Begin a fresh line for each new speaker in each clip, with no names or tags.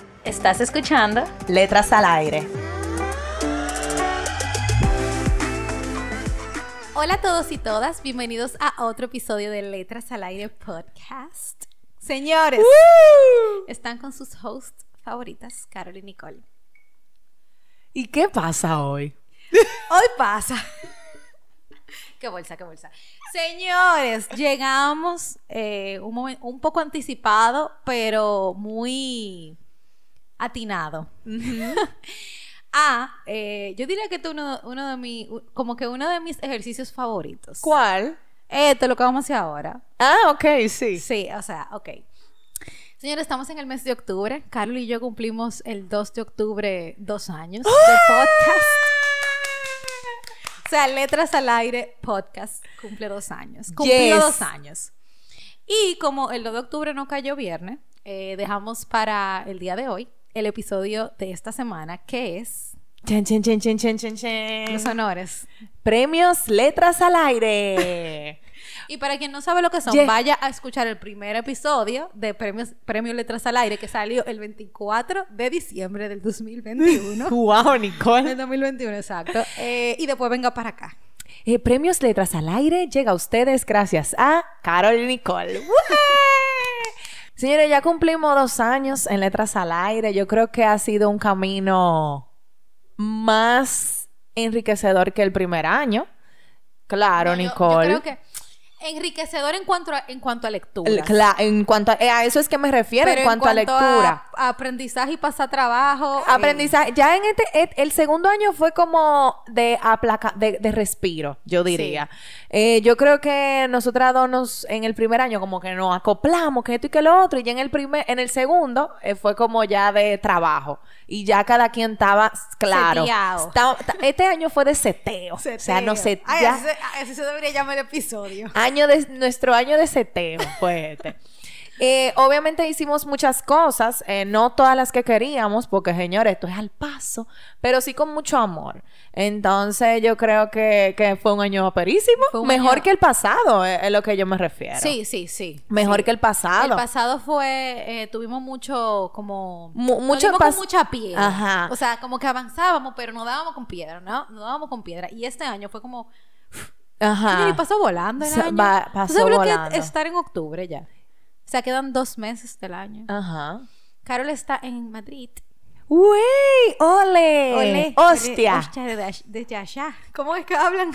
¿Estás escuchando?
Letras al aire.
Hola a todos y todas, bienvenidos a otro episodio de Letras al Aire Podcast. Señores, están con sus hosts favoritas, Carol y Nicole.
¿Y qué pasa hoy?
Hoy pasa. qué bolsa, qué bolsa. Señores, llegamos eh, un, momen- un poco anticipado, pero muy atinado. ah, eh, yo diría que tú uno, uno de mis, como que uno de mis ejercicios favoritos.
¿Cuál?
Esto es lo que vamos a hacer ahora.
Ah, ok, sí.
Sí, o sea, ok. Señores, estamos en el mes de octubre. Carol y yo cumplimos el 2 de octubre dos años de podcast. O sea, Letras al Aire Podcast cumple dos años. Cumplió
Yes.
dos años. Y como el 2 de octubre no cayó viernes, eh, dejamos para el día de hoy el episodio de esta semana, que es
Chen, chen, chen, chen, chen, chen, chen.
los honores.
Premios Letras al Aire.
Y para quien no sabe lo que son,
Yes.
vaya a escuchar el primer episodio de Premios, Premio Letras al Aire que salió el 24 de diciembre del 2021.
wow,
del
Nicole.
2021, exacto. Eh, y después venga para acá.
Eh, Premios Letras al Aire llega a ustedes gracias a Carol y Nicole. ¡Ué! Señores, ya cumplimos dos años en Letras al Aire. Yo creo que ha sido un camino más enriquecedor que el primer año. Claro,
Yo- yo
Nicole.
creo que enriquecedor en cuanto a, en cuanto a lectura.
El- cla- en cuanto a, eh, a eso es que me refiero,
Pero
en cuanto, a lectura.
a aprendizaje y pasar trabajo. eh,
Aprendizaje, ya en este, et- el segundo año fue como de aplaca, de, de respiro, yo diría. Eh, yo creo que nosotras dos nos, en el primer año como que nos acoplamos, que esto y que lo otro, y ya en el primer, en el segundo eh, fue como ya de trabajo. Y ya cada quien estaba, claro.
Seteado.
Estaba- ta- este año fue de seteo. O sea,
seteo.
no sé,
Ay,
ya-
a ese- a ese se debería llamar el episodio.
año de nuestro año de seteo fue este. Eh, obviamente hicimos muchas cosas, eh, no todas las que queríamos, porque señores, esto es al paso, pero sí con mucho amor. Entonces yo creo que, que fue un año perísimo,
Fue un
mejor
año-
que el pasado, eh, es lo que yo me refiero.
Sí, sí, sí.
Mejor
sí.
que el pasado.
El pasado fue, eh, tuvimos mucho como...
Mu-
nos
mucho
dimos con
pas-
mucha piedra.
Ajá.
O sea, como que avanzábamos, pero no dábamos con piedra, ¿no? No dábamos con piedra. Y este año fue como...
Ajá.
Y pasó volando el
Ah. Se-
año.
va-
¿Tú
pasó
sabes lo que
volando.
es estar en octubre ya? O sea, quedan dos meses del año.
Ah. Ajá.
Carol está en Madrid.
¡Wey! ¡Ole!
Olé,
¡Hostia!
olé, ¡Hostia! Desde, allá- desde allá. ¿Cómo es que hablan?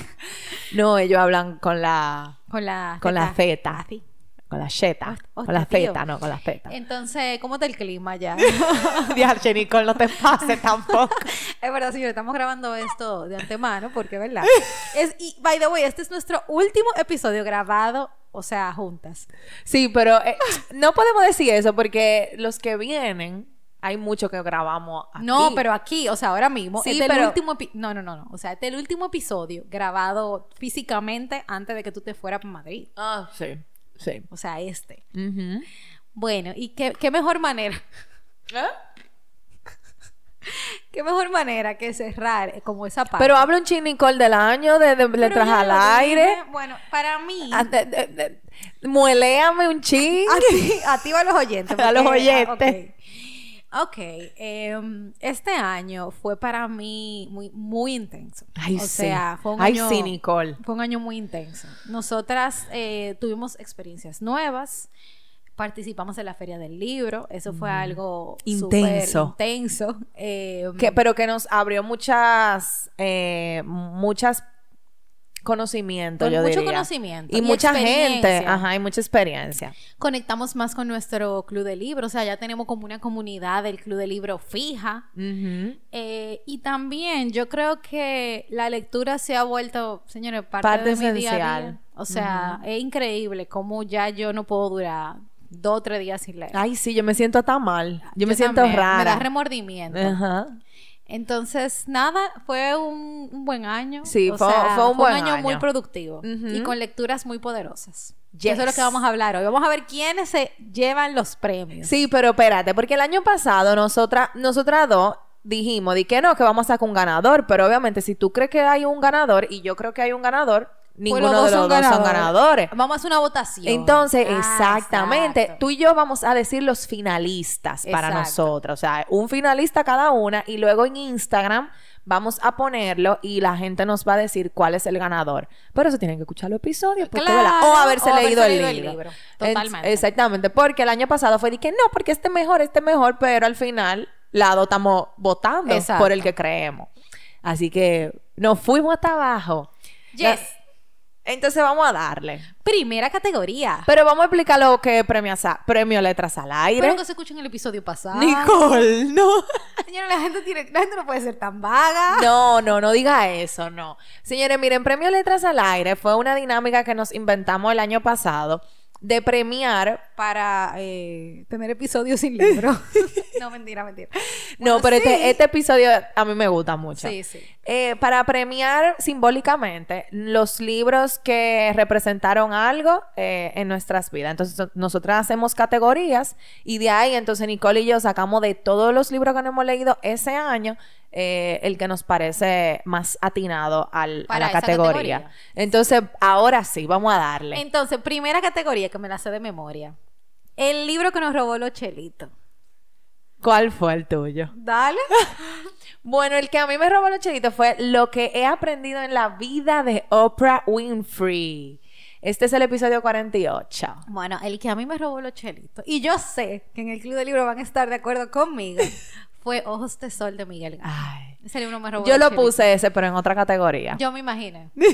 No, ellos hablan con la...
Con la...
Con la
zeta.
zeta.
Así.
Con la cheta.
Hostia,
Con la
tío.
feta, no, con la feta.
Entonces, ¿cómo está el clima ya?
Diarche, Nicole, no te pases tampoco.
Es verdad, señores, estamos grabando esto de antemano porque, ¿verdad? Es, y, by the way, este es nuestro último episodio grabado, o sea, juntas.
Sí, pero eh, no podemos decir eso porque los que vienen, hay mucho que grabamos aquí.
No, pero aquí, o sea, ahora mismo,
Sí,
este es el
pero-
último epi- No, no, no, no. O sea, este es el último episodio grabado físicamente antes de que tú te fueras para Madrid.
Ah, sí, sí.
O sea, este.
Ujú.
Bueno, y qué, qué mejor manera, qué mejor manera que cerrar eh, como esa parte.
Pero habla un ching, Nicole, del año, de, de
Pero
letras
ya
al
lo
aire.
dije. Bueno, para mí.
Ah, de- de- de- Mueleame un ching.
A ti, a ti o a los oyentes.
A los
porque- ah,
oyentes.
ok. Ok, em, este año fue para mí muy, muy intenso.
Ay,
o
sí.
sea, fue un
Ay,
año,
sí, Nicole.
Fue un año muy intenso. Nosotras eh, tuvimos experiencias nuevas, participamos en la Feria del Libro, eso fue algo súper
Intenso.
intenso. em,
Que- pero que nos abrió muchas, eh, muchas conocimientos,
Con
yo
mucho
diría.
conocimiento
Y,
y
mucha gente,
experiencia.
ajá, y mucha experiencia.
conectamos más con nuestro club de libro, o sea, ya tenemos como una comunidad del club de libro fija.
Ujú.
Eh, y también yo creo que la lectura se ha vuelto, señores, parte, de
Parte
mi día a día.
esencial.
O sea, es increíble cómo ya yo no puedo durar dos o tres días sin leer.
Ay, sí, yo me siento tan mal. Yo, me siento
también, Me da
rara.
remordimiento.
Ajá.
Entonces, nada, fue un, un buen año.
Sí,
O
fue-
sea,
fue un buen
año,
año.
muy productivo
Ujú.
y con lecturas muy poderosas.
Yes.
Eso es lo que vamos a hablar hoy. Vamos a ver quiénes se llevan los premios.
Sí, pero espérate, porque el año pasado nosotras, nosotras dos dijimos di que no, que vamos a sacar un ganador, pero obviamente si tú crees que hay un ganador y yo creo que hay un ganador,
Pues
ninguno de los dos son ganadores.
Vamos a hacer una votación.
Entonces,
Ah,
exactamente,
exacto.
tú y yo vamos a decir los finalistas para
Exacto.
nosotros, o sea, un finalista cada una y luego en Instagram vamos a ponerlo y la gente nos va a decir cuál es el ganador. Pero eso tienen que escuchar los episodios porque,
Claro,
¿verdad? o haberse
o haberse
leído,
leído
el
el
libro.
libro.
En-
Totalmente.
exactamente, porque el año pasado fue de que no, porque este mejor, este mejor, pero al final lado estamos votando
Exacto.
por el que creemos. Así que nos fuimos hasta abajo.
Yes.
Entonces vamos a darle.
Primera categoría.
Pero vamos a explicar lo que premia sa- premio Letras al Aire. Ah.
Espero que se escuche en el episodio pasado.
Nicole, no.
Señora, la gente, tiene- la gente no puede ser tan vaga.
No, no, no diga eso, no. Señores, miren, Premio Letras al Aire fue una dinámica que nos inventamos el año pasado de premiar.
Para eh, tener episodios sin libro. no, mentira, mentira.
no, pero este, este episodio a mí me gusta mucho.
Sí, sí.
Eh, para premiar simbólicamente los libros que representaron algo eh, en nuestras vidas. Entonces, so- nosotras hacemos categorías y de ahí, entonces, Nicole y yo sacamos de todos los libros que nos hemos leído ese año eh, el que nos parece más atinado al, a
Para
la
esa
categoría.
categoría.
Entonces, ahora sí, vamos a darle.
Entonces, primera categoría que me la sé de memoria. El libro que nos robó los chelitos.
¿Cuál fue el tuyo?
Dale.
Bueno, el que a mí me robó los chelitos fue lo que he aprendido en la vida de Oprah Winfrey. Este es el episodio 48.
Bueno, el que a mí me robó los chelitos. Y yo sé que en el Club del Libro van a estar de acuerdo conmigo. fue Ojos de Sol de Miguel Gana.
Ay.
Ese libro me robó
Yo
los
lo
chelitos.
puse ese, pero en otra categoría.
Yo me imagino. Yo me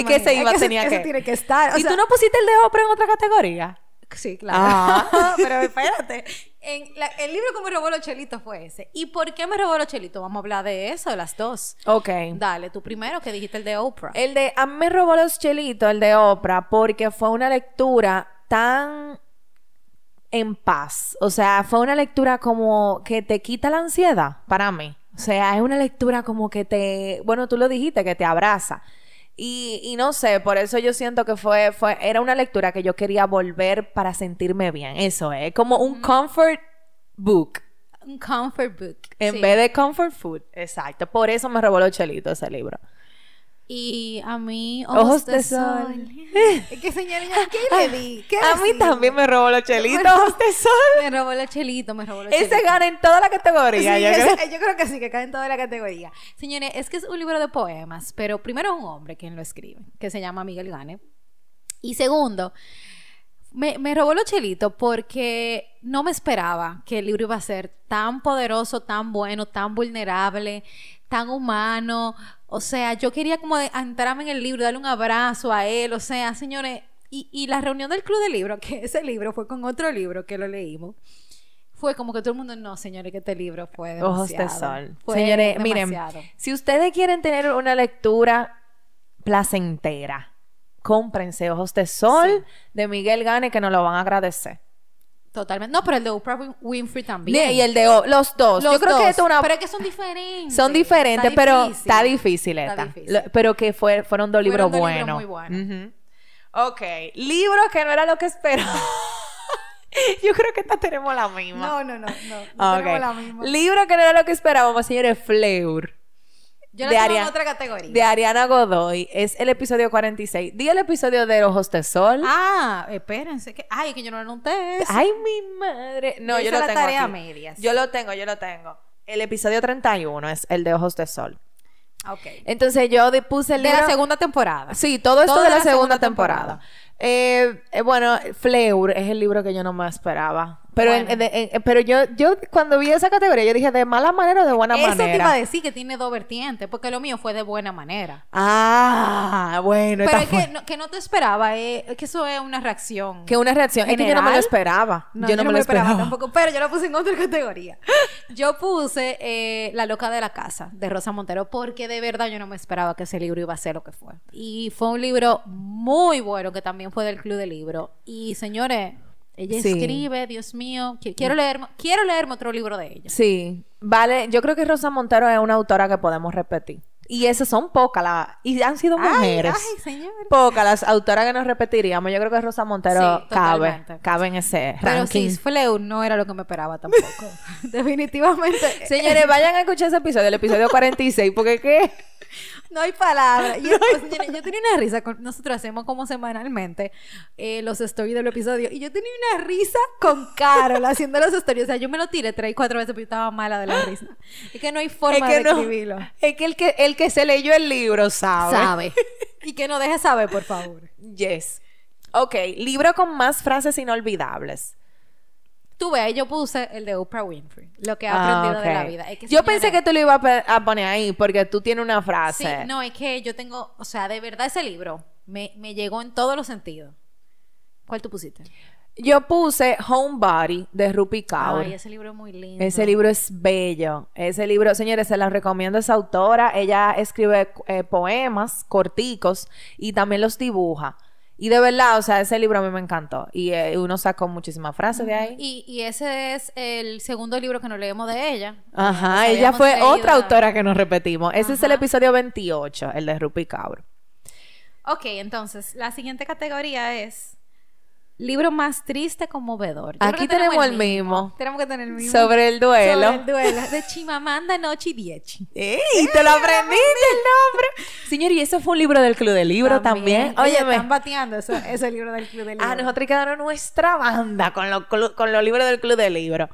es que ese
imagino.
iba,
Es que
tenía
ese-
que.
ese tiene que estar. o
¿Y
sea-
tú no pusiste el de Oprah en otra categoría?
Sí, claro.
Ah.
Pero espérate. En la- el libro que me robó los chelitos fue ese. ¿Y por qué me robó los chelitos? Vamos a hablar de eso, de las dos.
Ok.
Dale, tú primero que dijiste el de Oprah.
El de A mí me robó los chelitos, el de Oprah, porque fue una lectura tan en paz. O sea, fue una lectura como que te quita la ansiedad para mí. O sea, es una lectura como que te, bueno, tú lo dijiste, que te abraza. Y, y no sé, por eso yo siento que fue, fue, era una lectura que yo quería volver para sentirme bien. Eso es, como un comfort book.
Un comfort book.
En
sí.
vez de comfort food. Exacto. Por eso me robó los chelitos ese libro.
Y a mí,
Ojos
Ojos,
de
de,
Sol.
Sol. Es que señora, yo- ¿qué le di? ¿Qué
Ah, A
le
mí
di?
también me robó los chelitos de sol.
Me robó los chelitos, me robó los chelitos.
Ese gana en toda la
Sí,
categoría. yo
ese-
creo.
yo creo que sí, que cae en toda la categoría. Señores, es que es un libro de poemas, pero primero es un hombre quien lo escribe, que se llama Miguel Gane. Y segundo, me, me robó los chelitos porque no me esperaba que el libro iba a ser tan poderoso, tan bueno, tan vulnerable, tan humano. O sea, yo quería como de- entrarme en el libro, darle un abrazo a él. O sea, señores, y, y la reunión del Club del Libro, que ese libro fue con otro libro que lo leímos. Fue como que todo el mundo, no, señores, que este libro fue demasiado.
Ojos de sol.
Fue
Señores,
demasiado.
miren, si ustedes quieren tener una lectura placentera, cómprense Ojos de Sol de Miguel Gane, que nos lo van a agradecer.
Totalmente. No, pero el de Oprah Win- Winfrey también.
Y el de O- los dos.
Los
yo creo
dos,
que esto es una
Pero es que son diferentes.
Son diferentes,
Está
pero
difícil.
está difícil
Está
esta.
difícil.
Lo- Pero que fue, fueron dos libros
Fueron dos
buenos.
libros muy buenos.
Ujú. Ok, libros que no era lo que esperaba. Yo creo que esta tenemos la misma.
No, no, no, no. no
Ok.
tenemos la misma.
Libro que no era lo que esperábamos, señores, Fleur.
Yo
de
la tengo
Ariana-
en otra categoría.
De Ariana Godoy. Es el episodio 46. Di el episodio de Ojos de Sol.
Ah, espérense. Que... Ay, que yo no anoté eso.
Ay, mi madre. No,
Yo
yo
hice
lo
la
tengo
tarea a
aquí.
medias.
Yo lo tengo, yo lo tengo. El episodio 31 es el de Ojos de Sol.
Ah, Ok.
Entonces yo de- puse el
De
libro...
la segunda temporada.
Sí, todo esto de la, segunda, temporada. Eh, eh, bueno, Fleur es el libro que yo no me esperaba. Pero, en-
Bueno.
en- en- pero yo, yo cuando vi esa categoría, yo dije de mala manera o de buena
Eso
manera.
te iba a decir que tiene dos vertientes, porque lo mío fue de buena manera.
Ah, bueno.
Pero
esta
es
fue-
que, no, que no te esperaba, eh, es que eso es una reacción.
que una reacción. Es que yo no me lo
general.
esperaba.
No,
yo no me lo esperaba.
tampoco, pero yo la puse en otra categoría. Yo puse eh, La loca de la casa de Rosa Montero porque de verdad yo no me esperaba que ese libro iba a ser lo que fue. Y fue un libro muy bueno que también fue del Club del Libro. Y señores, Ella
Sí.
escribe, Dios mío, qui- quiero leer, quiero leerme otro libro de ella.
Sí, vale, yo creo que Rosa Montero es una autora que podemos repetir. Y esas son pocas las, y han sido mujeres. Pues,
Ay, señor.
Pocas las autoras que nos repetiríamos. Yo creo que Rosa Montero
Sí,
cabe,
totalmente.
cabe en ese
Pero
ranking.
sí, Fleu no era lo que me esperaba tampoco. Definitivamente.
Señores, vayan a escuchar ese episodio, el episodio 46, porque qué.
No hay palabra. Y después, señores, yo tenía una risa. con- nosotros hacemos como semanalmente eh, los stories del episodio. Y yo tenía una risa con Carol haciendo los stories. O sea, yo me lo tiré tres, cuatro veces porque yo estaba mala de la risa. Es que no hay
¡Ah! Es
forma
que,
de
no-
escribirlo.
es que el que el que se leyó el libro sabe.
Sabe. Y que no deje saber, por favor.
Yes. Ok, libro con más frases inolvidables.
Tú ves, yo puse el de Oprah Winfrey. Lo que ha
Ah,
aprendido de
ok.
la vida. Es que,
Yo
señores,
pensé que tú lo ibas a pe- a poner ahí porque tú tienes una frase.
Sí, no, es que yo tengo... O sea, de verdad ese libro me, me llegó en todos los sentidos. ¿Cuál tú pusiste?
Yo puse Homebody de Rupi Kaur.
Ay, ese libro es muy lindo.
Ese libro es bello. Ese libro, señores, se las recomiendo a esa autora. Ella escribe eh, poemas corticos y también los dibuja. Y de verdad, o sea, ese libro a mí me encantó. Y eh, uno sacó muchísimas frases de ahí.
Y, y ese es el segundo libro que nos leemos de ella.
Ajá,
Nos
ella
habíamos
fue
leído
otra
la-
autora que nos repetimos. Ese es el episodio 28, el de Rupi Kaur.
Ok, entonces, la siguiente categoría es libro más triste conmovedor. Yo creo
Aquí
que
tenemos el mismo.
Tenemos que tener el mismo.
Sobre el
Sobre
duelo.
el duelo. De Chimamanda Nochi Diechi.
¡Ey! ¡Te lo aprendiste el nombre! Señor, y eso fue un libro del Club del Libro también.
Oye,
Óyeme.
están bateando eso- ese libro del Club del Libro.
A nosotros quedaron nuestra banda con, los clu- con los libros del Club del Libro.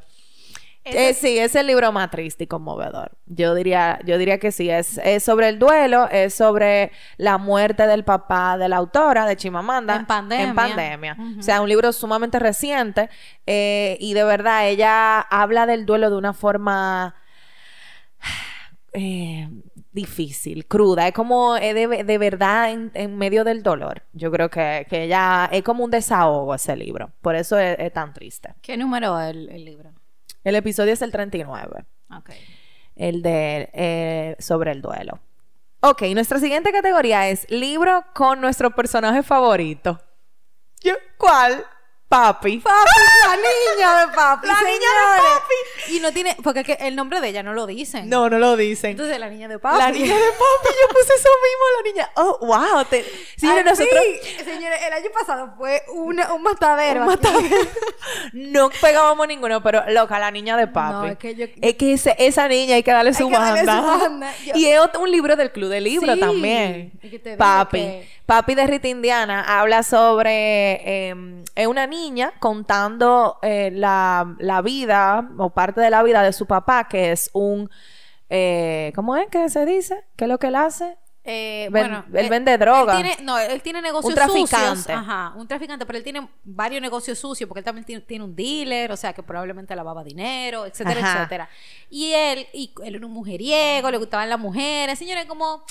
Ese-
Eh, sí, es el libro más triste y conmovedor. Yo diría, yo diría que sí. Es, es sobre el duelo, es sobre la muerte del papá de la autora, de Chimamanda.
En pandemia.
En pandemia.
Ujú.
O sea, un libro sumamente reciente. eh, y de verdad, ella habla del duelo de una forma eh, difícil, cruda. Es como eh, de, de verdad en, en medio del dolor. Yo creo que, que ella es como un desahogo ese libro. Por eso es, es tan triste.
¿Qué número es el, el libro?
El episodio es el 39,
Ok.
el de eh, sobre el duelo. Ok, nuestra siguiente categoría es libro con nuestro personaje favorito. Yo- ¿Cuál? Papi.
La niña de papi. La niña de
señores.
papi. Y no tiene. Porque es que el nombre de ella no lo dicen.
No, no lo dicen.
Entonces, la niña de papi.
La niña de papi, yo puse eso mismo, la niña. Oh, wow. te- Sí,
Al
nosotros
fin. Señores, el año pasado fue una- un matadero. aquí.
no pegábamos ninguno, pero loca, la niña de papi.
No, es que yo-
ese- esa niña hay que darle su
que darle
banda.
su banda. Yo-
Y es ot- un libro del Club del Libro
Sí,
también.
y que te digo
Papi.
que-
Papi de Rita Indiana habla sobre eh, es una niña contando eh, la, la vida o parte de la vida de su papá, que es un. eh, ¿Cómo es que se dice? ¿Qué es lo que él hace?
Eh,
Ven-
bueno,
él
eh,
vende droga.
él tiene- no, él tiene negocios
Un traficante.
sucios. Ajá, un traficante, pero él tiene varios negocios sucios porque él también tiene, tiene un dealer, o sea, que probablemente lavaba dinero, etcétera,
Ajá.
etcétera. Y él, y él era un mujeriego, le gustaban las mujeres, señores, como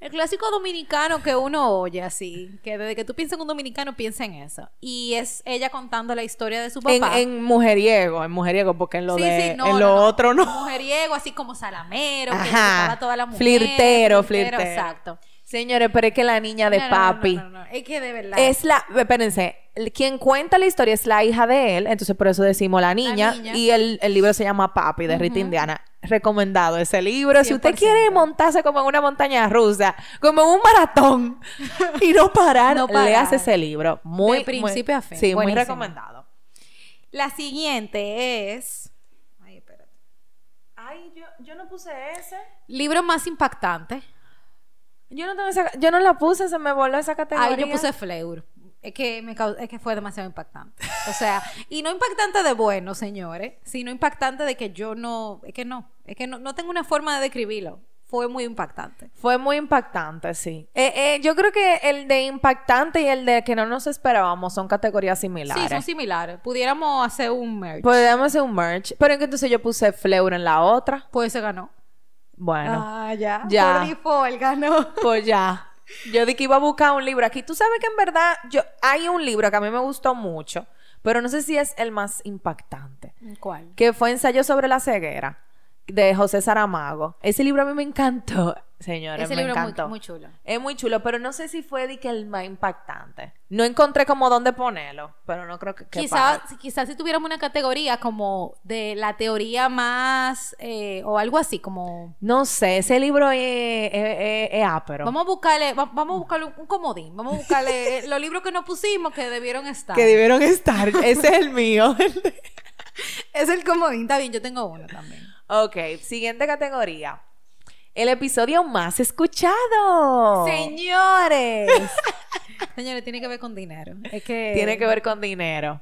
el clásico dominicano que uno oye así, que desde que tú piensas en un dominicano piensa en eso. Y es ella contando la historia de su
En,
papá.
en mujeriego, en mujeriego, porque en lo
Sí,
de
sí, no,
en
no,
lo
no.
otro no.
Mujeriego, así como salamero, que le
Ajá.
gustaba a toda la mujer.
Flirtero, flirtero.
Exacto.
Señores, pero es que la niña de
No, no, no,
papi
no, no, no. Es que de verdad.
es la, espérense, el- quien cuenta la historia es la hija de él, entonces por eso decimos la niña,
niña.
y el, el libro se llama Papi de Rita Indiana. Recomendado ese libro. Si usted
100%.
quiere montarse como en una montaña rusa, como en un maratón y no parar,
No parar.
leas ese libro. Muy,
De principio
muy-
a fin.
Sí, muy
Buenísimo.
recomendado.
La siguiente es. Ay, espérate.
Ay, yo, yo no puse ese.
Libro más impactante.
Yo no, tengo esa- yo no la puse, se me voló esa categoría.
Ahí yo puse Fleur. Es que, me cau- es que fue demasiado impactante. O sea, y no impactante de bueno, señores, sino impactante de que yo no. Es que no. Es que no, no tengo una forma de describirlo. Fue muy impactante.
Fue muy impactante, sí. Eh, eh, yo creo que el de impactante y el de que no nos esperábamos son categorías
Sí, son
similares. Pues-
similares. Pudiéramos hacer un merge.
Podríamos hacer un merch, pero entonces yo puse Fleur en la otra.
Pues se ganó.
Bueno,
Ah, ya.
Ya.
Por default ganó.
pues ya. Yo dije que iba a buscar un libro aquí. Tú sabes que en verdad yo hay un libro que a mí me gustó mucho, pero no sé si es el más impactante,
¿Cuál?
que fue Ensayo sobre la ceguera de José Saramago. Ese libro a mí me encantó. Señores,
Ese
me
libro es muy,
encantó.
muy chulo.
Es muy chulo, pero no sé si fue de que el más impactante. No encontré como dónde ponerlo, pero no creo que... que
Quizás
para-
quizás si tuviéramos una categoría como de la teoría más eh, o algo así, como
No sé, ese libro es, es- es- es ápero.
vamos a buscarle, va- vamos a buscarle un comodín, vamos a buscarle eh, los libros que nos pusimos que debieron estar.
Que debieron estar. Ese es el mío.
es el comodín, está bien, yo tengo uno también.
ok, siguiente categoría. El episodio más escuchado.
Señores. Señores, tiene que ver con dinero. Eh, Es que
Tiene que ver con dinero.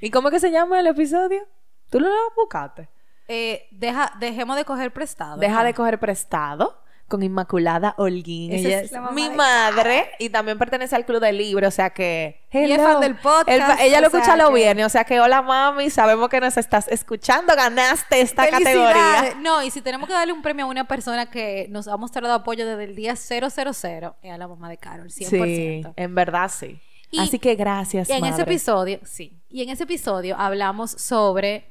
¿Y cómo es que se llama el episodio? Tú lo buscaste.
eh, deja, dejemos de coger prestado.
Deja de coger prestado con Inmaculada Holguín.
Esa
Ella
es
es
la mamá
mi
de-
madre y también pertenece al club del libro, o sea que.
Y es fan del podcast,
El fa- ella lo
o sea
escucha los
que-
viernes, o sea que hola mami, sabemos que nos estás escuchando, ganaste esta
Felicidades.
categoría.
No, y si tenemos que darle un premio a una persona que nos ha mostrado apoyo desde el día 000, es a la mamá de Carol, 100%.
Sí, en verdad sí.
Y-
Así que gracias.
Y en ese
madre.
episodio, sí. Y en ese episodio hablamos sobre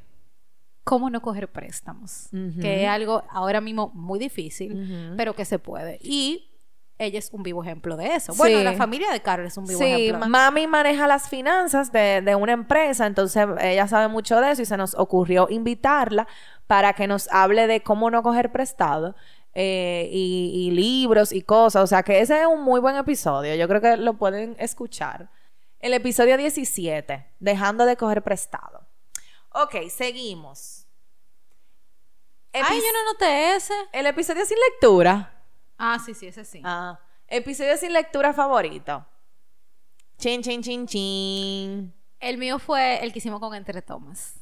cómo no coger préstamos,
Ujú.
que es algo ahora mismo muy difícil,
Ujú.
pero que se puede. Y ella es un vivo ejemplo de eso.
Sí.
Bueno, la familia de Carol es un vivo
Sí,
ejemplo.
mami maneja las finanzas de, de una empresa, entonces ella sabe mucho de eso y se nos ocurrió invitarla para que nos hable de cómo no coger prestado eh, y, y libros y cosas. O sea que ese es un muy buen episodio, yo creo que lo pueden escuchar. El episodio 17, dejando de coger prestado. Ok, seguimos.
Ay,
Epi-
yo no noté ese.
El episodio sin lectura.
Ah, sí, sí, ese sí.
Ah, episodio sin lectura favorito. Chin, chin, chin, chin.
El mío fue el que hicimos con Entre Tomas.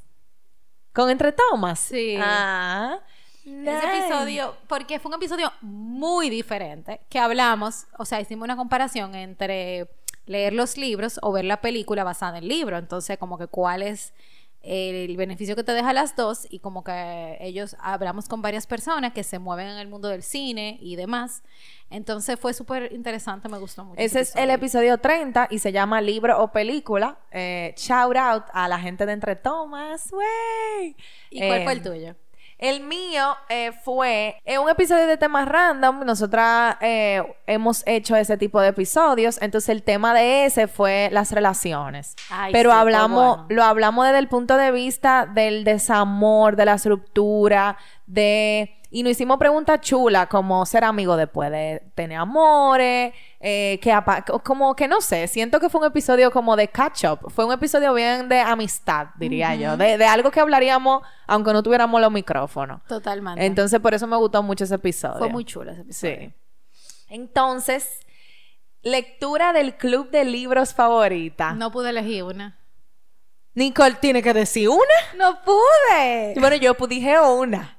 Con entretomas.
Sí.
Ah. nice.
Ese episodio, porque fue un episodio muy diferente, que hablamos, o sea, hicimos una comparación entre leer los libros o ver la película basada en el libro. Entonces, como que cuál es el beneficio que te deja las dos y como que ellos hablamos con varias personas que se mueven en el mundo del cine y demás. Entonces fue súper interesante, me gustó mucho.
Ese es el episodio 30 y se llama Libro o Película. Eh, shout out a la gente de Entretomas. ¡Wey!
¿Y cuál
Eh,
fue el tuyo?
El mío eh, fue eh, un episodio de temas random. Nosotras eh, hemos hecho ese tipo de episodios. Entonces el tema de ese fue las relaciones.
Ay,
Pero
sí, fue
hablamos,
bueno.
lo hablamos desde el punto de vista del desamor, de la ruptura, de... Y nos hicimos preguntas chulas como ser amigo después de tener amores, eh, que apa- co- como que no sé, siento que fue un episodio como de catch up, fue un episodio bien de amistad, diría yo, de, de algo que hablaríamos aunque no tuviéramos los micrófonos.
Totalmente.
Entonces por eso me gustó mucho ese episodio.
fue muy chulo ese episodio.
Sí. Entonces, lectura del club de libros favorita.
No pude elegir una.
Nicole tiene que decir una.
No pude.
Bueno, yo pu- dije una.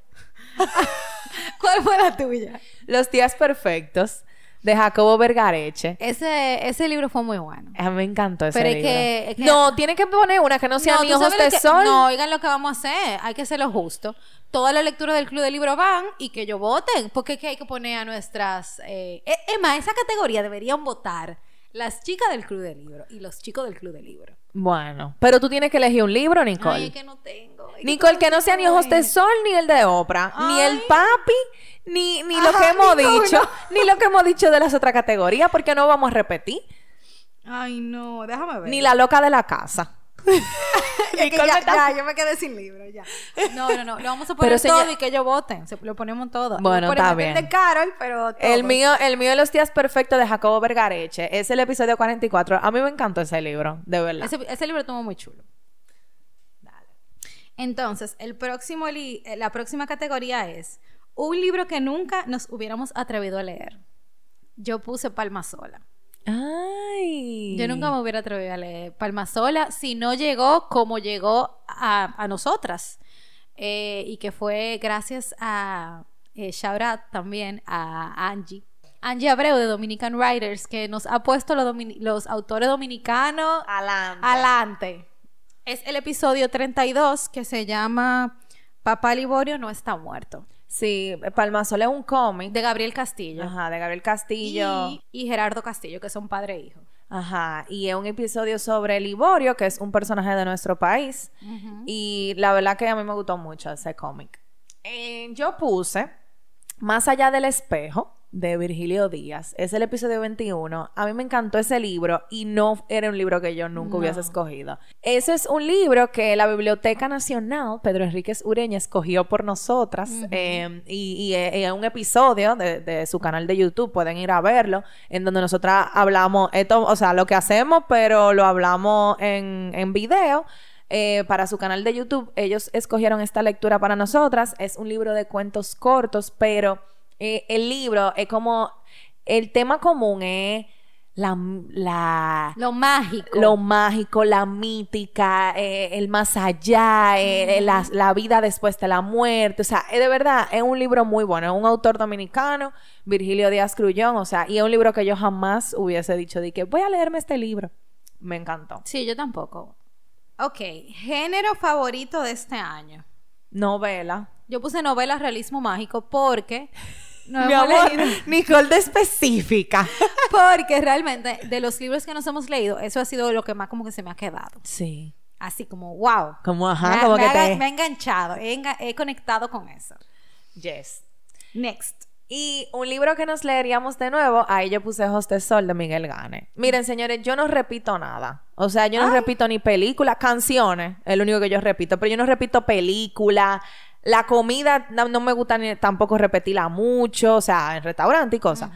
¿Cuál fue la tuya?
Los días perfectos de Jacobo Vergareche.
Ese, ese libro fue muy bueno.
A mí me encantó ese
Pero es
libro.
que- es que-
No, tiene que poner una que no sea ni
¿tú
ojos
sabes lo
de
que-
sol.
No, oigan lo que vamos a hacer. Hay que hacerlo justo. Todas las lecturas del Club de Libro van y que ellos voten. Porque es que hay que poner a nuestras... Eh... eh, Emma, esa categoría deberían votar las chicas del Club de Libro y los chicos del Club de Libro.
Bueno, pero tú tienes que elegir un libro, Nicole.
Ay, es que no tengo. es
Nicole, que no sea ni ojos de
tengo.
sol, ni el de Oprah, ni el papi, ni, ni lo
Ajá,
que hemos
ninguno.
dicho, ni lo que hemos dicho de las otras categorías, porque no vamos a repetir.
Ay, no, déjame ver.
Ni la loca de la casa.
Es que
Nicole me
ya,
está-
ya, yo me quedé sin libro, ya. No, no, no. Lo vamos a poner
Pero,
todo
señor-
y que ellos voten. Se- lo ponemos todo.
Bueno,
Lo ponemos
está bien.
El de Carol, pero
El
todos.
mío, el mío de los días perfectos de Jacobo Vergareche es el episodio 44. A mí me encantó ese libro, de verdad.
Ese, ese libro estuvo muy chulo. Entonces, el próximo li- eh, la próxima categoría es un libro que nunca nos hubiéramos atrevido a leer. Yo puse Palma Sola.
Ay.
Yo nunca me hubiera atrevido a leer Palma Sola si no llegó como llegó a, a nosotras. Eh, y que fue gracias a eh, shout out también a Angie. Angie Abreu de Dominican Writers, que nos ha puesto los, domini- los autores dominicanos
Adelante.
Adelante. Es el episodio 32 que se llama Papá Liborio no está muerto,
Sí, Palmasola es un cómic.
de Gabriel Castillo
Ajá, de Gabriel Castillo.
y, y Gerardo Castillo, que son padre e hijo.
Ajá, y es un episodio sobre Liborio, que es un personaje de nuestro país. Y la verdad que a mí me gustó mucho ese cómic. Eh, yo puse Más allá del espejo de Virgilio Díaz. Es el episodio 21. A mí me encantó ese libro y no era un libro que yo nunca hubiese escogido. Ese es un libro que la Biblioteca Nacional, Pedro Enríquez Ureña, escogió por nosotras eh, y, y, eh, eh, un episodio de, de su canal de YouTube, pueden ir a verlo, en donde nosotras hablamos, esto, o sea, lo que hacemos, pero lo hablamos en, en video. Eh, para su canal de YouTube, ellos escogieron esta lectura para nosotras. Es un libro de cuentos cortos, pero eh, el libro es como el tema común es la, la-
Lo mágico.
lo mágico, la mítica, eh, el más allá, eh, eh, la, la vida después de la muerte. O sea, eh, de verdad, es un libro muy bueno. Es un autor dominicano, Virgilio Díaz Crullón. O sea, y es un libro que yo jamás hubiese dicho de que voy a leerme este libro. Me encantó.
Sí, yo tampoco. Ok, género favorito de este año.
Novela.
Yo puse novela realismo mágico porque no
Mi
hemos
amor,
leído-
Nicole de específica.
porque realmente de los libros que nos hemos leído, eso ha sido lo que más como que se me ha quedado.
Sí.
Así como, wow.
Como, ajá,
me, ha-
como
me
que
ha-
te-
me ha enganchado, he, enga- he conectado con eso.
Yes.
Next.
Y un libro que nos leeríamos de nuevo, ahí yo puse Ojos de Sol de Miguel Gane. Miren, señores, yo no repito nada. O sea, yo no repito ni películas, canciones, es lo único que yo repito, pero yo no repito película, la comida no, no me gusta ni, tampoco repetirla mucho, o sea, en restaurante y cosas.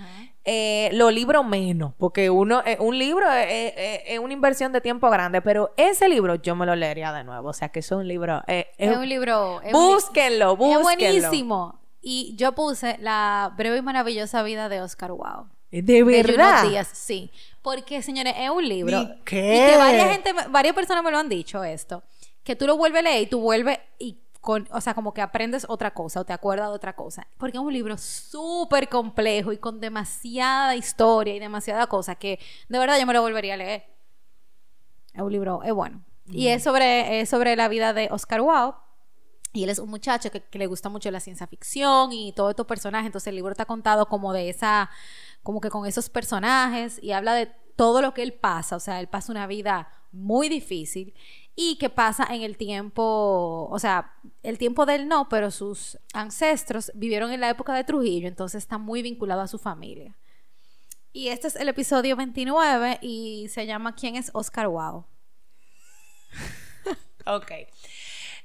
Eh, los libros menos, porque uno, eh, un libro es, es- es una inversión de tiempo grande, pero ese libro yo me lo leería de nuevo. O sea, que eso es un libro. eh,
Es,
es-
un libro. es un li-
búsquenlo, búsquenlo.
Es buenísimo. Y yo puse La breve y maravillosa vida de Oscar Wilde.
De
de
verdad.
Juno Díaz, sí. Porque, señores, es un libro.
¿Y qué?
Y que varias, gente, varias personas me lo han dicho esto. Que tú lo vuelves a leer y tú vuelves y con, o sea, como que aprendes otra cosa o te acuerdas de otra cosa. Porque es un libro súper complejo y con demasiada historia y demasiada cosa que de verdad yo me lo volvería a leer. Es un libro, es bueno.
Mm.
Y es sobre, es sobre la vida de Oscar Wilde. Y él es un muchacho que, que le gusta mucho la ciencia ficción y todos estos personajes. Entonces el libro está contado como de esa, como que con esos personajes y habla de todo lo que él pasa. O sea, él pasa una vida muy difícil y que pasa en el tiempo, o sea, el tiempo de él no, pero sus ancestros vivieron en la época de Trujillo, entonces está muy vinculado a su familia. Y este es el episodio 29 y se llama ¿Quién es Oscar Wow?
Ok.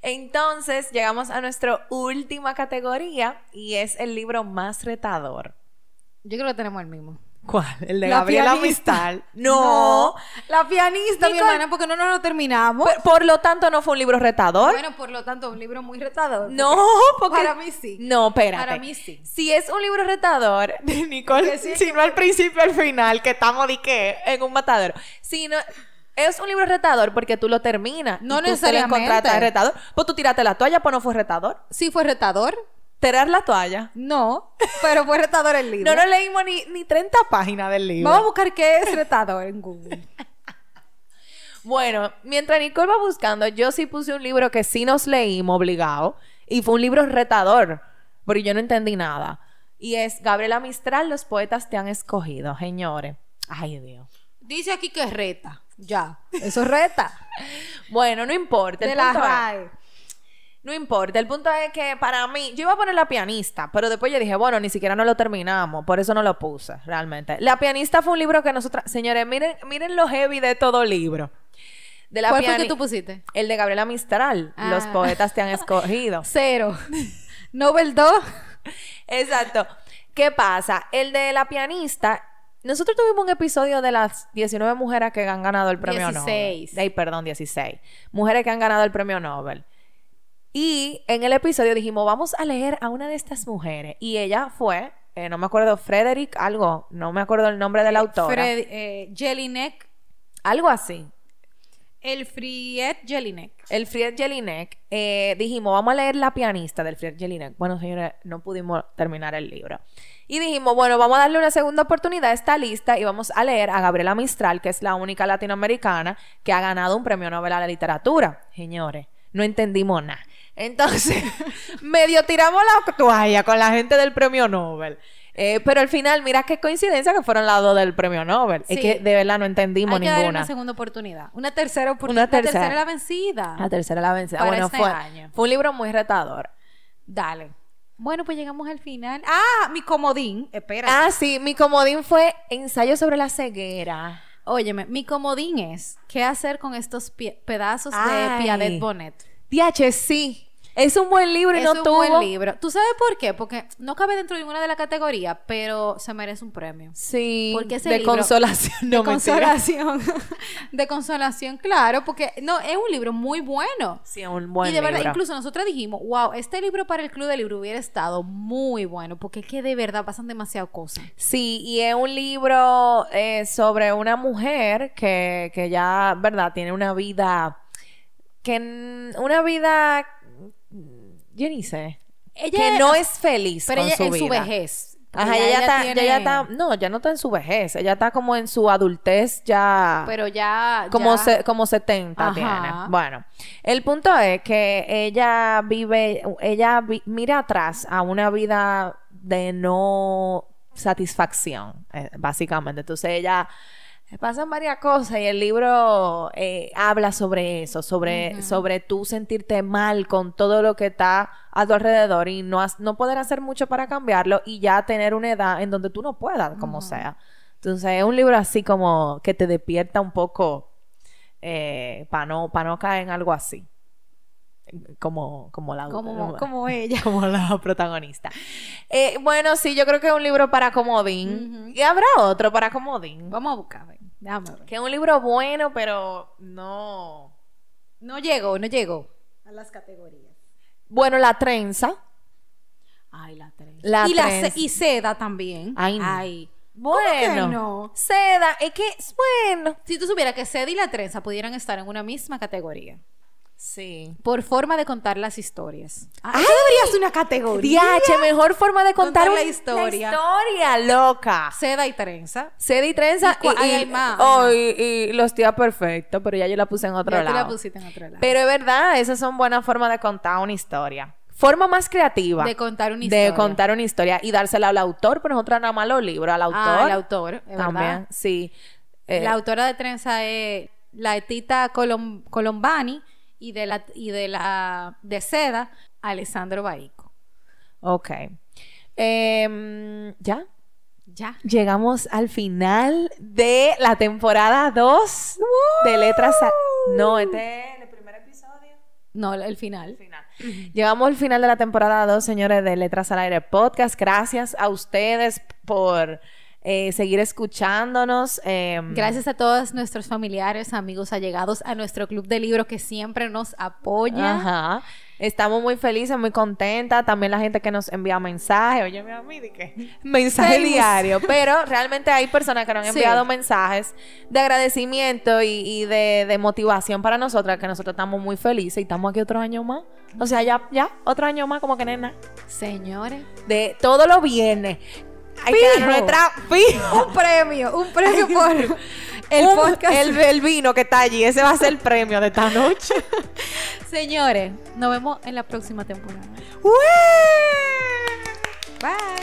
Entonces llegamos a nuestra última categoría y es el libro más retador.
Yo creo que tenemos el mismo.
¿Cuál? El
La pianista.
Mistral. No.
La pianista, mi
Nicole.
hermana, porque no nos lo terminamos.
Por, por lo tanto, no fue un libro retador.
Bueno, por lo tanto, un libro muy retador.
no, porque.
Para mí sí.
No, espérate.
Para mí sí.
Si es un libro retador, de Nicole, si no al principio al final, que estamos de qué, en un matadero. Si no, es un libro retador porque tú lo terminas.
No
y tú te lo
necesariamente.
encontraste retador. Pues tú tiraste la toalla, pues no fue retador.
Sí fue retador.
Tirar la toalla.
No, pero fue retador el libro.
No nos leímos ni, ni 30 páginas del libro.
Vamos a buscar qué es retador en Google.
Bueno, mientras Nicole va buscando, yo sí puse un libro que sí nos leímos obligado y fue un libro retador, porque yo no entendí nada. Y es Gabriela Mistral, Los poetas te han escogido, señores. Ay, Dios.
Dice aquí que es reta. Ya. Eso es reta.
Bueno, no importa. el
de la
punto es-
RAE.
No importa, el punto es que para mí, yo iba a poner la pianista, pero después yo dije, bueno, ni siquiera no lo terminamos, por eso no lo puse, realmente. La pianista fue un libro que nosotras, señores, miren, miren lo heavy de todo libro. De la
¿Cuál fue
piani-
que tú pusiste?
El de Gabriela Mistral,
Ah.
los poetas te han escogido.
Cero. Nobel 2.
Exacto. ¿Qué pasa? El de la pianista, nosotros tuvimos un episodio de las 19 mujeres que han ganado el premio
16.
Nobel. Ay, perdón, 16. Mujeres que han ganado el premio Nobel. Y en el episodio dijimos, vamos a leer a una de estas mujeres. Y ella fue, eh, no me acuerdo, Frederick, algo, no me acuerdo el nombre de la autora.
Fred, eh, Jelinek.
Algo así.
Elfried Jelinek.
El Fried Jelinek, eh, dijimos, vamos a leer La pianista del Fried Jelinek. Bueno, señores, no pudimos terminar el libro. Y dijimos, bueno, vamos a darle una segunda oportunidad a esta lista y vamos a leer a Gabriela Mistral, que es la única latinoamericana que ha ganado un premio Nobel a la literatura. Señores, no entendimos nada. Entonces, medio tiramos la toalla con la gente del premio Nobel. Eh, pero al final, mira qué coincidencia que fueron las dos del premio Nobel.
Sí.
Es que de verdad no entendimos
Hay que darle
ninguna.
una segunda oportunidad. Una tercera
Una
oportunidad. La tercera
tercera.
es la vencida.
La tercera la vencida.
Para
bueno,
este
fue,
año.
fue un libro muy retador.
Dale. Bueno, pues llegamos al final. Ah, mi comodín. Espera.
Ah, sí, mi comodín fue ensayo sobre la ceguera.
Óyeme, mi comodín es ¿qué hacer con estos pie- pedazos
Ay.
de Piadet Bonet?
Diache, sí. Es un buen libro y
es
no
un
tuvo.
buen libro. ¿Tú sabes por qué? Porque no cabe dentro de ninguna de las categorías, pero se merece un premio.
Sí.
Porque ese
de
libro-
consolación. No,
de
mentira.
consolación. de consolación, claro, porque no, es un libro muy bueno.
Sí, es un buen
y de verdad,
libro.
incluso nosotros dijimos, wow, este libro para el club de libro hubiera estado muy bueno, porque es que de verdad pasan demasiado cosas.
Sí, y es un libro eh, sobre una mujer que, que ya, ¿verdad? Tiene una vida. que n- Una vida. Yo ni sé.
Ella
que no es feliz
pero
con
ella
su
en su
vida.
vejez.
Ajá,
Ya
ella, está,
tiene-
ya, ya está, no, ya no está en su vejez, ella está como en su adultez ya,
Pero ya.
como,
Ah, ya-
se- como 70
Ajá.
tiene. Bueno, el punto es que ella vive, ella vi- mira atrás a una vida de no satisfacción, eh, básicamente. Entonces ella eh, pasan varias cosas y el libro eh, habla sobre eso, sobre, sobre tú sentirte mal con todo lo que está a tu alrededor y no, has- no poder hacer mucho para cambiarlo y ya tener una edad en donde tú no puedas, como sea. Entonces es un libro así como que te despierta un poco eh, para no, pa no caer en algo así. Como, como la
Como, como ella.
como la protagonista. Eh, bueno, sí, yo creo que es un libro para comodín.
Ujú.
Y habrá otro para comodín.
Vamos a buscar, ven, déjame ver.
Que es un libro bueno, pero no.
No llegó, no llegó. A las categorías.
Bueno, la trenza.
Ay, la tres.
La
y, la
tres.
ce- y seda también.
Ay, no.
¿Cómo que
Bueno.
no?
Seda, es que es bueno.
Si tú supieras que seda y la trenza pudieran estar en una misma categoría.
Sí.
Por forma de contar las historias. Ah, eso debería ser una categoría.
Diache, mejor forma de contar,
Contar la
un-
historia.
La historia, loca.
Seda y trenza.
Seda y trenza.
Y cua-
y,
ay,
y-
hay más.
oh, y- y los tías perfectos, pero ya yo la puse en otro
Ya tú
lado.
la pusiste en otro lado.
Pero es verdad, esas son buenas formas de contar una historia. Forma más creativa.
de contar una historia.
de contar una historia y dársela al autor, pero nosotros nada más los libros, al autor.
Ah, el autor. es verdad.
También, sí. Eh,
La autora de trenza es la etita Colom- Colombani y de la y de la de seda Alessandro Baico.
ok. Em, ya.
Ya.
Llegamos al final de la temporada 2 de Letras. a- No, este es el primer episodio.
No, el final.
final. Llegamos al final de la temporada 2, señores, de Letras al Aire Podcast. Gracias a ustedes por eh, seguir escuchándonos. em,
Gracias a todos nuestros familiares, amigos allegados, a nuestro club de libros que siempre nos apoya.
Ajá. Estamos muy felices, muy contentas. También la gente que nos envía mensajes. Oye, a mí, ¿de qué? Mensaje
Famous.
diario. Pero realmente hay personas que nos han
Sí.
enviado mensajes de agradecimiento y, y de, de motivación para nosotras, que nosotros estamos muy felices y estamos aquí otro año más. O sea, ya, ya, otro año más, como que nena.
Señores,
De todo lo viernes. Hay que dar
Fijo.
nuestra
un premio, un premio por el
un-
podcast.
El, el vino que está allí. Ese va a ser el premio de esta noche.
Señores, nos vemos en la próxima temporada.
¡Ué!
Bye.